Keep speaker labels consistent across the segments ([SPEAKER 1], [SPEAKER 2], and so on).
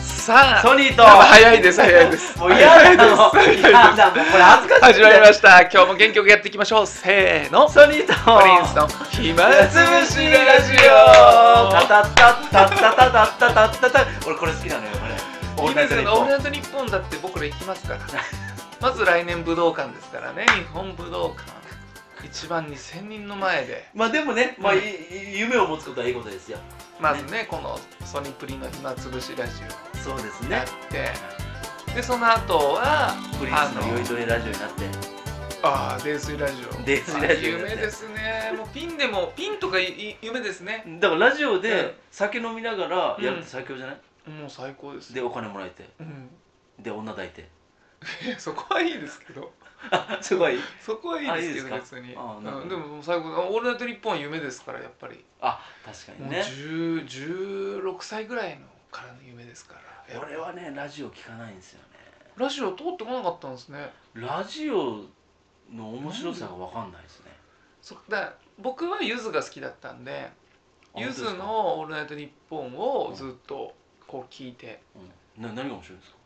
[SPEAKER 1] さあ
[SPEAKER 2] ソニーと
[SPEAKER 1] あ早いです早いです
[SPEAKER 2] もう嫌だなの
[SPEAKER 1] 早いです
[SPEAKER 2] 嫌だもうこれ恥ずかしい
[SPEAKER 1] 始まりました今日も元気よくやっていきましょうせーの
[SPEAKER 2] ソニーと
[SPEAKER 1] プリンスの暇つぶしラジ
[SPEAKER 2] タ
[SPEAKER 1] オ
[SPEAKER 2] タタタタタタタタタタ俺これ好きなのよこれ
[SPEAKER 1] オールナイトニッポンオール
[SPEAKER 2] 俺
[SPEAKER 1] ナイトニッポンだって僕ら行きますからまず来年武道館ですからね日本武道館1万2000人の前で
[SPEAKER 2] まあでもね、まあ、
[SPEAKER 1] う
[SPEAKER 2] い
[SPEAKER 1] ん
[SPEAKER 2] 夢を持つことはいいことですよ
[SPEAKER 1] まずねこのソニプリの暇つぶしラジ
[SPEAKER 2] そうです
[SPEAKER 1] オやって、でその後は
[SPEAKER 2] プリンス
[SPEAKER 1] あ
[SPEAKER 2] の
[SPEAKER 1] の
[SPEAKER 2] 酔いどれラジオになって
[SPEAKER 1] ああ泥酔ラジオ
[SPEAKER 2] 泥酔ラジオ
[SPEAKER 1] あ夢ですねもうピンでもピンとかいい夢ですね
[SPEAKER 2] だからラジオ
[SPEAKER 1] うん
[SPEAKER 2] で酒飲みながらやるって最強じゃない、
[SPEAKER 1] もう最高です
[SPEAKER 2] でお金もらえて
[SPEAKER 1] うん
[SPEAKER 2] で女抱いて
[SPEAKER 1] いやそこはいいですけど
[SPEAKER 2] あすごい
[SPEAKER 1] そこはいいですけど
[SPEAKER 2] あいいです
[SPEAKER 1] 別に
[SPEAKER 2] あなるほど
[SPEAKER 1] うん、でももう最後「オールナイトニッポン」は夢ですからやっぱり
[SPEAKER 2] あ確か
[SPEAKER 1] も
[SPEAKER 2] に
[SPEAKER 1] う
[SPEAKER 2] ね
[SPEAKER 1] 10 16歳ぐらいのからの夢ですから
[SPEAKER 2] 俺はねラジオ聞かないんですよね
[SPEAKER 1] ラジオ通ってこなかったんですね
[SPEAKER 2] ラジオの面白さが分かんないですね
[SPEAKER 1] そだ僕はゆずが好きだったんで
[SPEAKER 2] あ
[SPEAKER 1] ゆずの「オールナイトニッポン」をずっとこう聞いて
[SPEAKER 2] 本当ですかうんな何が面白いんですか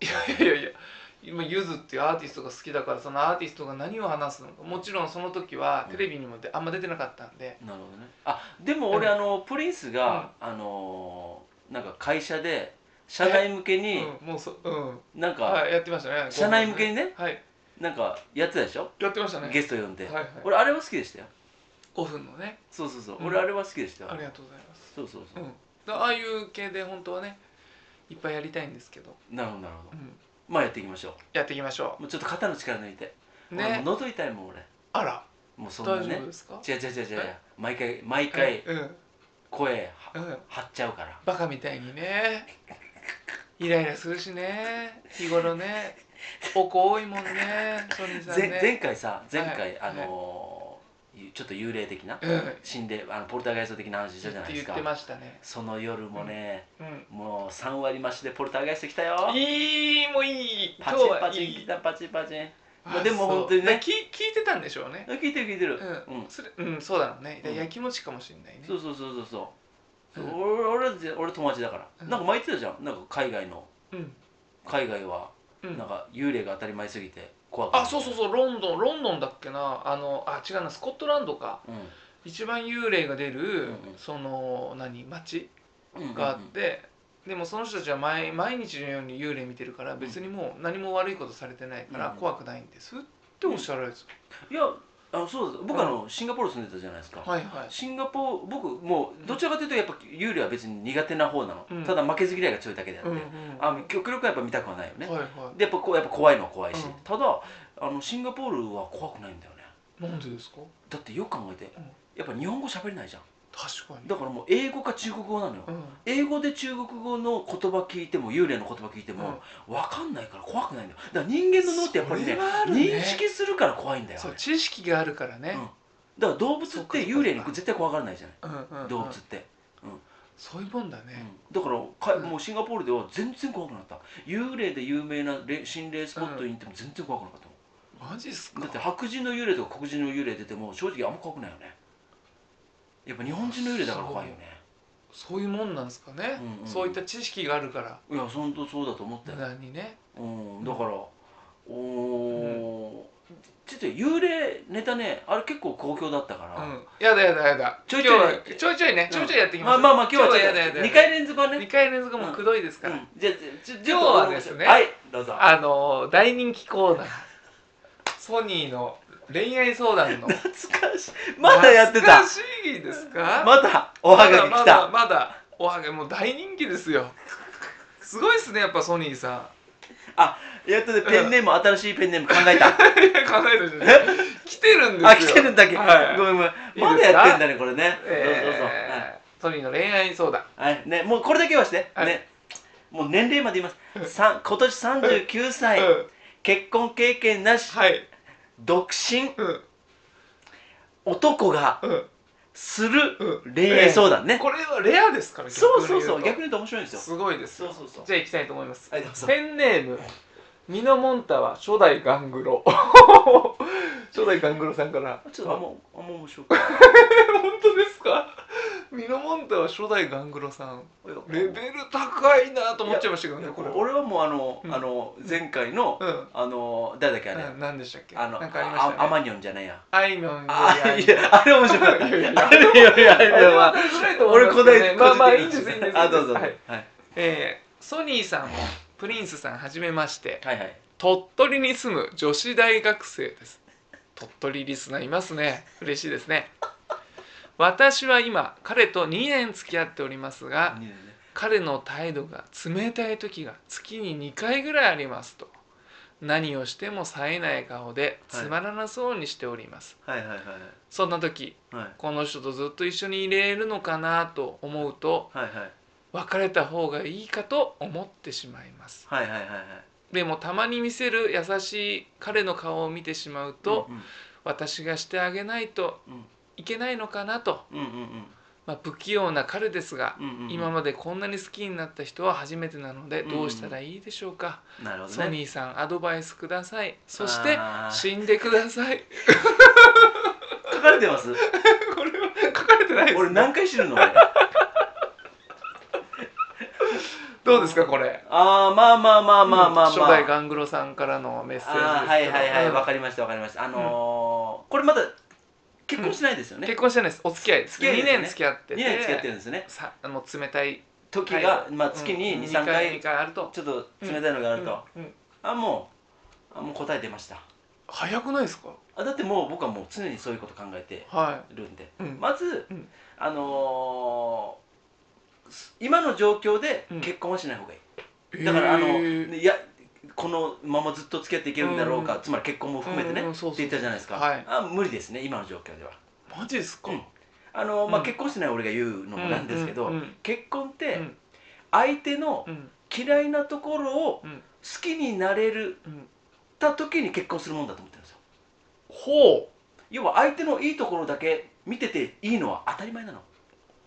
[SPEAKER 1] いやいやいや今ゆずっていうアーティストが好きだからそのアーティストが何を話すのかもちろんその時はテレビにもであんま出てなかったんで
[SPEAKER 2] なるほどねあでも俺、
[SPEAKER 1] うん
[SPEAKER 2] あのプリンスが、あのーなんか会社で社内向けに
[SPEAKER 1] うんもうそうん
[SPEAKER 2] なんか、
[SPEAKER 1] はいやってましたね
[SPEAKER 2] 社内向けにね
[SPEAKER 1] はい
[SPEAKER 2] なんかやってたでしょ
[SPEAKER 1] やってましたね
[SPEAKER 2] ゲスト呼んで、
[SPEAKER 1] はいはい
[SPEAKER 2] 俺あれは好きでしたよ
[SPEAKER 1] 5分のね
[SPEAKER 2] そうそうそう、
[SPEAKER 1] うん
[SPEAKER 2] 俺あれは好きでしたよ
[SPEAKER 1] ありがとうございます
[SPEAKER 2] そうそう
[SPEAKER 1] う
[SPEAKER 2] そう、
[SPEAKER 1] んだああいう系で本当はねいっぱいやりたいんですけど、
[SPEAKER 2] なるほどなるほ
[SPEAKER 1] う
[SPEAKER 2] ど
[SPEAKER 1] ん、
[SPEAKER 2] まあやっていきましょ
[SPEAKER 1] やっていきましょ
[SPEAKER 2] うもうちょっと肩の力抜いて、
[SPEAKER 1] う
[SPEAKER 2] 俺も
[SPEAKER 1] ね
[SPEAKER 2] う喉痛いもん俺
[SPEAKER 1] あら
[SPEAKER 2] もうそ
[SPEAKER 1] 大
[SPEAKER 2] んな
[SPEAKER 1] 丈
[SPEAKER 2] ね
[SPEAKER 1] 夫ですか
[SPEAKER 2] 違う違う違う違う毎回毎回
[SPEAKER 1] うん
[SPEAKER 2] 声は
[SPEAKER 1] うん
[SPEAKER 2] 張っちゃうから
[SPEAKER 1] バカみたいにねイライラするしね日頃ねおこ多いもんねソニーさん
[SPEAKER 2] ぜ
[SPEAKER 1] ね
[SPEAKER 2] 前回さ前回、
[SPEAKER 1] はい
[SPEAKER 2] あのーゆちょっと幽霊的な、
[SPEAKER 1] うん
[SPEAKER 2] 心霊あのポルターガイスト的な話し
[SPEAKER 1] ず
[SPEAKER 2] た
[SPEAKER 1] っ
[SPEAKER 2] じ
[SPEAKER 1] と
[SPEAKER 2] ゃないで
[SPEAKER 1] 言
[SPEAKER 2] す
[SPEAKER 1] って
[SPEAKER 2] か
[SPEAKER 1] ましたね、
[SPEAKER 2] その夜もね、
[SPEAKER 1] うん、
[SPEAKER 2] もう3割増しでポルターガイスト来たよ
[SPEAKER 1] いいもういい
[SPEAKER 2] パ
[SPEAKER 1] 今日
[SPEAKER 2] チンパ
[SPEAKER 1] は
[SPEAKER 2] チ
[SPEAKER 1] い
[SPEAKER 2] ン来
[SPEAKER 1] い
[SPEAKER 2] たパチンパチンまあ
[SPEAKER 1] あ
[SPEAKER 2] でも
[SPEAKER 1] そう
[SPEAKER 2] 本当にね
[SPEAKER 1] だから聞聞いてたんでしょうね
[SPEAKER 2] あ聞いてる聞いてる
[SPEAKER 1] うん、
[SPEAKER 2] うん
[SPEAKER 1] それうん、そうだろうね、
[SPEAKER 2] うん
[SPEAKER 1] やきもちかもしれないね
[SPEAKER 2] そうそうそうそうそう、
[SPEAKER 1] うん
[SPEAKER 2] 俺俺ぜ俺友達だから、
[SPEAKER 1] うん
[SPEAKER 2] なんか前言ってたじゃんなんか海外の
[SPEAKER 1] うん、
[SPEAKER 2] 海外は
[SPEAKER 1] うん
[SPEAKER 2] なんか幽霊が当たり前すぎて怖か
[SPEAKER 1] あ
[SPEAKER 2] った
[SPEAKER 1] そうそうそうロンドンロンドンだっけなあのあ違うなスコットランドか
[SPEAKER 2] うん、
[SPEAKER 1] 一番幽霊が出る、
[SPEAKER 2] うんうん
[SPEAKER 1] その何町
[SPEAKER 2] うんうんうん、
[SPEAKER 1] があって、でもその人たちは毎毎日のように幽霊見てるから別にもう何も悪いことされてないか
[SPEAKER 2] うん
[SPEAKER 1] ら
[SPEAKER 2] うん
[SPEAKER 1] 怖くないんですっておっしゃられて
[SPEAKER 2] いやあそうです僕あの、シンガポール住んでたじゃないですか、
[SPEAKER 1] た、はいはい
[SPEAKER 2] シンガポール僕もうどちらかというとやっぱ幽霊は別に苦手な方なの、
[SPEAKER 1] うん
[SPEAKER 2] ただ負けず嫌いが強いだけであって、
[SPEAKER 1] うんうん
[SPEAKER 2] あ極力はやっぱ見たくはないよね、
[SPEAKER 1] はいは
[SPEAKER 2] でやっぱこうやっぱ怖いのは怖いし、
[SPEAKER 1] うん
[SPEAKER 2] ただあのシンガポールは怖くないんだよね
[SPEAKER 1] いなんでですか
[SPEAKER 2] だってよく考えて、
[SPEAKER 1] うん
[SPEAKER 2] やっぱ日本語喋れないじゃん
[SPEAKER 1] 確かに
[SPEAKER 2] だからもう英語か中国語なのよ、
[SPEAKER 1] うん
[SPEAKER 2] 英語で中国語の言葉聞いても幽霊の言葉聞いて
[SPEAKER 1] うん
[SPEAKER 2] も、わかんないから怖くないんだよだから人間の脳ってやっぱりね
[SPEAKER 1] それはあるね
[SPEAKER 2] 認識するから怖いんだよあ
[SPEAKER 1] そう
[SPEAKER 2] れ
[SPEAKER 1] 知識があるからね、
[SPEAKER 2] だから動物って幽霊に絶対怖がらないじゃない
[SPEAKER 1] うんうんうん
[SPEAKER 2] 動物って、
[SPEAKER 1] そういうもんだ
[SPEAKER 2] う
[SPEAKER 1] ね、
[SPEAKER 2] んだからか、
[SPEAKER 1] うん
[SPEAKER 2] もうシンガポールでは全然怖くなかった幽霊で有名な霊心霊スポットに行っても全然怖くなかったもん
[SPEAKER 1] マジっすか
[SPEAKER 2] だって白人の幽霊とか黒人の幽霊出ても正直あんま怖くないよねやっぱ日本人の幽霊だから怖いよね
[SPEAKER 1] そういうもんなんですかね、
[SPEAKER 2] うんうん
[SPEAKER 1] そういった知識があるから
[SPEAKER 2] いやそんとそうだと思った
[SPEAKER 1] 無
[SPEAKER 2] よ、
[SPEAKER 1] 駄にね
[SPEAKER 2] うん、だからおーちょっと幽霊ネタねあれ結構好評だったか
[SPEAKER 1] う
[SPEAKER 2] ら、
[SPEAKER 1] んやだやだやだ
[SPEAKER 2] ちょいちょい
[SPEAKER 1] 今日はちょいちょいねちょいちょいやっていきます、
[SPEAKER 2] まあまあまあ今日はちょ
[SPEAKER 1] やだや
[SPEAKER 2] っ
[SPEAKER 1] だや
[SPEAKER 2] と
[SPEAKER 1] だ
[SPEAKER 2] 2回連続はね
[SPEAKER 1] 二回連続もうくどいですから、
[SPEAKER 2] うんじゃあじゃあじゃあ
[SPEAKER 1] 今日はですね
[SPEAKER 2] はいどうぞ
[SPEAKER 1] あのー大人気コーナーソニーの恋愛相談の
[SPEAKER 2] 懐かしい まだやって
[SPEAKER 1] 懐
[SPEAKER 2] た
[SPEAKER 1] かしいですか
[SPEAKER 2] まだおはがき来
[SPEAKER 1] まだ
[SPEAKER 2] た
[SPEAKER 1] まだまだおはがきもう大人気ですよすごいっすねやっぱソニーさ
[SPEAKER 2] やっとねペンネーム新しいペンネーム考えた
[SPEAKER 1] ん いや考えてるでしょ来てるんですよ
[SPEAKER 2] あ来てるんだけ
[SPEAKER 1] はい
[SPEAKER 2] ごめんごめん
[SPEAKER 1] すか
[SPEAKER 2] まだやってんだねこれねどうぞどうぞ
[SPEAKER 1] えーソニーの恋愛相談
[SPEAKER 2] はいはいねもうこれだけはして
[SPEAKER 1] はい
[SPEAKER 2] ねもう年齢まで言いますさん今年39歳
[SPEAKER 1] うん
[SPEAKER 2] 結婚経験なし
[SPEAKER 1] はい
[SPEAKER 2] 独身
[SPEAKER 1] うん
[SPEAKER 2] 男が
[SPEAKER 1] うん
[SPEAKER 2] する恋愛相談ね
[SPEAKER 1] これはレアですから
[SPEAKER 2] そうそうそう逆
[SPEAKER 1] に
[SPEAKER 2] に言うと面白いんです
[SPEAKER 1] 言うと
[SPEAKER 2] よ
[SPEAKER 1] すごいですよ
[SPEAKER 2] そうそうそう
[SPEAKER 1] じゃあ行きたいと思います
[SPEAKER 2] はいどうぞ
[SPEAKER 1] ペンネームミノモンタは初代ガングロ初代ガングロさんから
[SPEAKER 2] ちょっとあんまあんま面白くない
[SPEAKER 1] 本当ですかミノモンタは初代ガングロさんレベル高いなと思っちゃいましたけどねこれ
[SPEAKER 2] 俺はもうあの、
[SPEAKER 1] うん
[SPEAKER 2] あの前回の、
[SPEAKER 1] うん
[SPEAKER 2] あの誰だっけあれ、
[SPEAKER 1] ななんでしたっけ
[SPEAKER 2] あの
[SPEAKER 1] なんかありましたよね
[SPEAKER 2] あアマニョンじゃないや
[SPEAKER 1] あいみょん
[SPEAKER 2] あ
[SPEAKER 1] より
[SPEAKER 2] いやあれ面白かった
[SPEAKER 1] いやいや
[SPEAKER 2] あれいやいやあ
[SPEAKER 1] あ
[SPEAKER 2] れは俺こ
[SPEAKER 1] だ
[SPEAKER 2] だ
[SPEAKER 1] い
[SPEAKER 2] い
[SPEAKER 1] まあまあいいんですいいんです
[SPEAKER 2] あどうぞ、
[SPEAKER 1] は
[SPEAKER 2] はいい、はい
[SPEAKER 1] えーソニーさんもプリンスさんはじめまして
[SPEAKER 2] はいはい
[SPEAKER 1] 鳥取に住む女子大学生です鳥取リスナーいますね嬉しいですね私は今彼と2年付き合っておりますが
[SPEAKER 2] いいね
[SPEAKER 1] 彼の態度が冷たい時が月に2回ぐらいありますと何をしても冴えない顔で
[SPEAKER 2] はい
[SPEAKER 1] つまらなそうにしております、
[SPEAKER 2] はいはいはい
[SPEAKER 1] そんな時
[SPEAKER 2] はい
[SPEAKER 1] この人とずっと一緒にいれるのかなと思うと
[SPEAKER 2] はいはい
[SPEAKER 1] 別れた方がいいかと思ってしまいます
[SPEAKER 2] はいはいはいはい
[SPEAKER 1] でもたまに見せる優しい彼の顔を見てしまうと、
[SPEAKER 2] うん
[SPEAKER 1] 私がしてあげないと
[SPEAKER 2] うん
[SPEAKER 1] いけないのかなと、
[SPEAKER 2] うんうん
[SPEAKER 1] まあ、不器用な彼ですが、
[SPEAKER 2] うんうんうん
[SPEAKER 1] 今までこんなに好きになった人は初めてなのでどうしたらいいでしょうか、
[SPEAKER 2] なるほ
[SPEAKER 1] ソ
[SPEAKER 2] どね
[SPEAKER 1] ニーさんアドバイスくださいそして
[SPEAKER 2] あー
[SPEAKER 1] 死んでください
[SPEAKER 2] 書かれてます
[SPEAKER 1] これは書かれてないです
[SPEAKER 2] 俺何回知るの俺
[SPEAKER 1] どうですかこれ
[SPEAKER 2] ああまあまあまあまあまあまあ、
[SPEAKER 1] 初代ガングロさんからのメッセージです
[SPEAKER 2] あ
[SPEAKER 1] け
[SPEAKER 2] ー
[SPEAKER 1] ど
[SPEAKER 2] はいはいはい
[SPEAKER 1] うん
[SPEAKER 2] わかりましたわかりましたあのーこれまだ結婚してないですよね、
[SPEAKER 1] 結婚してないですお付き合いです
[SPEAKER 2] 付き合
[SPEAKER 1] 2
[SPEAKER 2] いですよね
[SPEAKER 1] 年付き合ってて
[SPEAKER 2] 2年付き合ってるんですね
[SPEAKER 1] さあの冷たい
[SPEAKER 2] 時
[SPEAKER 1] 態
[SPEAKER 2] が
[SPEAKER 1] 度、
[SPEAKER 2] まあ、月に
[SPEAKER 1] うん
[SPEAKER 2] 23
[SPEAKER 1] 2
[SPEAKER 2] 回
[SPEAKER 1] 2回あると
[SPEAKER 2] ちょっと冷たいのがあると、
[SPEAKER 1] うんうん
[SPEAKER 2] あもうあもう答え出ました
[SPEAKER 1] 早くないですか
[SPEAKER 2] あだってもう僕はもう常にそういうこと考えて
[SPEAKER 1] は
[SPEAKER 2] るんで
[SPEAKER 1] い、うん
[SPEAKER 2] まず、
[SPEAKER 1] うん
[SPEAKER 2] あのーす今の状況で
[SPEAKER 1] うん
[SPEAKER 2] 結婚はしない方がいい、だからあの、
[SPEAKER 1] へー
[SPEAKER 2] いやこのままずっと付き合っていけるんだろうか、
[SPEAKER 1] う
[SPEAKER 2] つまり結婚も含めてね、
[SPEAKER 1] うんうんそうそう
[SPEAKER 2] って言ったじゃないですか、
[SPEAKER 1] はい
[SPEAKER 2] あ無理ですね今の状況では、
[SPEAKER 1] マジですか、
[SPEAKER 2] うんあのまあ
[SPEAKER 1] うん
[SPEAKER 2] 結婚してない俺が言うのもなんですけど、
[SPEAKER 1] うんうんうん
[SPEAKER 2] 結婚って
[SPEAKER 1] うん
[SPEAKER 2] 相手の
[SPEAKER 1] うん
[SPEAKER 2] 嫌いなところを好
[SPEAKER 1] うん
[SPEAKER 2] きになれる
[SPEAKER 1] うん
[SPEAKER 2] た時に結婚するもんだと思ってるんですよ
[SPEAKER 1] ほ
[SPEAKER 2] 要は相手のいいところだけ見てていいのは当たり前なの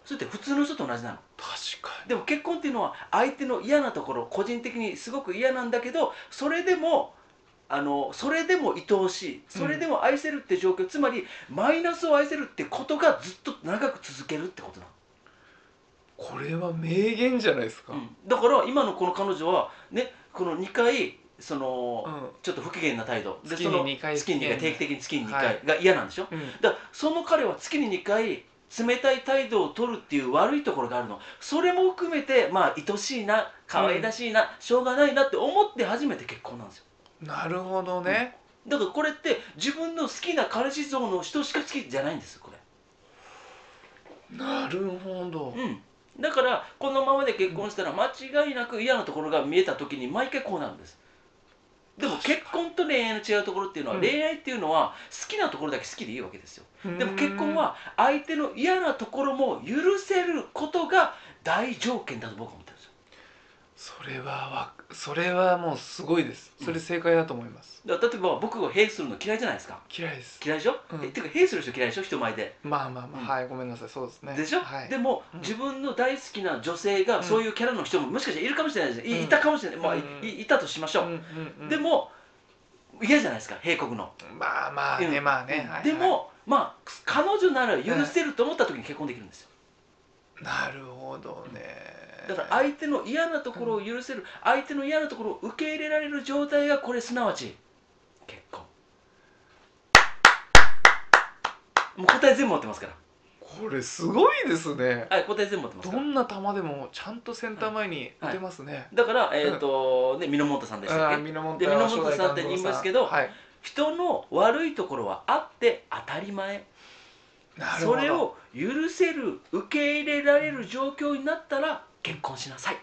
[SPEAKER 2] それって普通の人と同じなの
[SPEAKER 1] う確か
[SPEAKER 2] でも結婚っていうのは相手の嫌なところ個人的にすごく嫌なんだけどそれでもあのそれでも愛おしいそれでも愛せるって状況、つまりマイナスを愛せるってことがずっと長く続けるってことなの
[SPEAKER 1] にこれは名言じゃないですか、
[SPEAKER 2] うんだから今のこの彼女はねこの2回その、
[SPEAKER 1] うん
[SPEAKER 2] ちょっと不機嫌な態度
[SPEAKER 1] 月
[SPEAKER 2] そ
[SPEAKER 1] に
[SPEAKER 2] の
[SPEAKER 1] 二回
[SPEAKER 2] 月に
[SPEAKER 1] 不
[SPEAKER 2] 2回
[SPEAKER 1] 機嫌
[SPEAKER 2] 定期的に月に2
[SPEAKER 1] はい
[SPEAKER 2] 回が嫌なんでしょ、
[SPEAKER 1] うん
[SPEAKER 2] だからその彼は月に2回冷たい態度を取るっていう悪いところがあるのそれも含めてまあ愛しいな可愛らしいな、しょうがないなって思って初めて結婚なんですよ
[SPEAKER 1] なるほどね、
[SPEAKER 2] だからこれって自分の好きな彼氏像の人しか好きじゃないんですこれ
[SPEAKER 1] なるほど、
[SPEAKER 2] うん、だからこのままで結婚したら間違いなく嫌なところが見えた時に毎回こうなるんですでも結婚と恋愛の違うところっていうのは、
[SPEAKER 1] うん
[SPEAKER 2] 恋愛っていうのは好きなところだけ好きでいいわけですよでも
[SPEAKER 1] うん
[SPEAKER 2] 結婚は相手の嫌なところも許せることが大条件だと僕は思ってるんですよ
[SPEAKER 1] それはわそれはもうすごいです
[SPEAKER 2] うん
[SPEAKER 1] それ正解だと思います、
[SPEAKER 2] だから例えば僕がヘイするの嫌いじゃないですか
[SPEAKER 1] 嫌いです
[SPEAKER 2] 嫌いでしょ、
[SPEAKER 1] うん
[SPEAKER 2] えっていうかヘイする人嫌いでしょ人前で
[SPEAKER 1] まあまあまあ、
[SPEAKER 2] うん
[SPEAKER 1] はいごめんなさいそうですね
[SPEAKER 2] でしょ、
[SPEAKER 1] はい
[SPEAKER 2] でも、
[SPEAKER 1] うん
[SPEAKER 2] 自分の大好きな女性がそういうキャラの人ももしかしたらいるかもしれないです、
[SPEAKER 1] うん
[SPEAKER 2] いいたかもしれない、まあい
[SPEAKER 1] うん
[SPEAKER 2] いいたとしましょう、
[SPEAKER 1] うんうんうん
[SPEAKER 2] でも嫌じゃないですか閉国の、
[SPEAKER 1] まあまあね
[SPEAKER 2] うん
[SPEAKER 1] まあね、
[SPEAKER 2] うん
[SPEAKER 1] はいはい
[SPEAKER 2] でもまあ彼女なら許せると思った時に結婚できるんですよ
[SPEAKER 1] なるほどね
[SPEAKER 2] だから相手の嫌なところを許せる、相手の嫌なところを受け入れられる状態がこれすなわち結婚もう答え全部持ってますから
[SPEAKER 1] これすごいですね
[SPEAKER 2] はい答え全部持ってます
[SPEAKER 1] ど
[SPEAKER 2] から
[SPEAKER 1] んな球でもちゃんとセンター前に打てますね、
[SPEAKER 2] だからえっ、と、ねミノモンタさんでしたっ
[SPEAKER 1] あー
[SPEAKER 2] け
[SPEAKER 1] ミノモン
[SPEAKER 2] で
[SPEAKER 1] タ
[SPEAKER 2] ミノモンタさんって言いますけど
[SPEAKER 1] はい、
[SPEAKER 2] 人の悪いところはあって当たり前
[SPEAKER 1] なるほ
[SPEAKER 2] そ
[SPEAKER 1] ど
[SPEAKER 2] れを許せる受け入れられる状況になったら結婚しなさい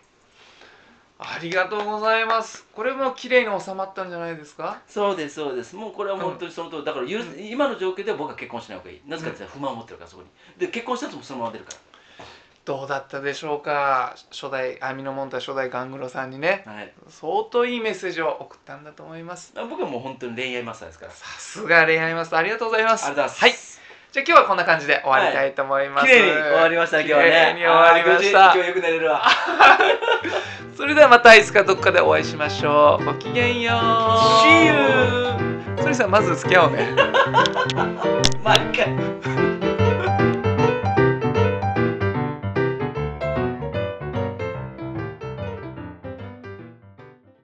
[SPEAKER 1] ありがとうございますこれも綺麗に収まったんじゃないですか
[SPEAKER 2] そうですそうですもうこれは本当にその通りだから許す、
[SPEAKER 1] う
[SPEAKER 2] 今の状況では僕は結婚しない方がいいなぜかって言ったら不満を持ってるからそこにで結婚したともそのまま出るか
[SPEAKER 1] どうだったでしょうか初代アミノモンタ初代ガングロさんにね
[SPEAKER 2] ら、はい、
[SPEAKER 1] 相当いいメッセージを送ったんだと思います
[SPEAKER 2] 僕はもう本当に恋愛マスターですからあ
[SPEAKER 1] さすが恋愛マスターありがとうございます
[SPEAKER 2] りがとうございま
[SPEAKER 1] は
[SPEAKER 2] す
[SPEAKER 1] いじゃあ今日はこんな感じで終わりたいと思います、
[SPEAKER 2] 綺麗に終わりましたね今日は
[SPEAKER 1] 綺
[SPEAKER 2] ね
[SPEAKER 1] 麗に終わりました
[SPEAKER 2] あー今日よく寝れるわ
[SPEAKER 1] それではまたいつかどっかでお会いしましょうごきげんよう
[SPEAKER 2] See you
[SPEAKER 1] それさんまず付き合おうね
[SPEAKER 2] 毎回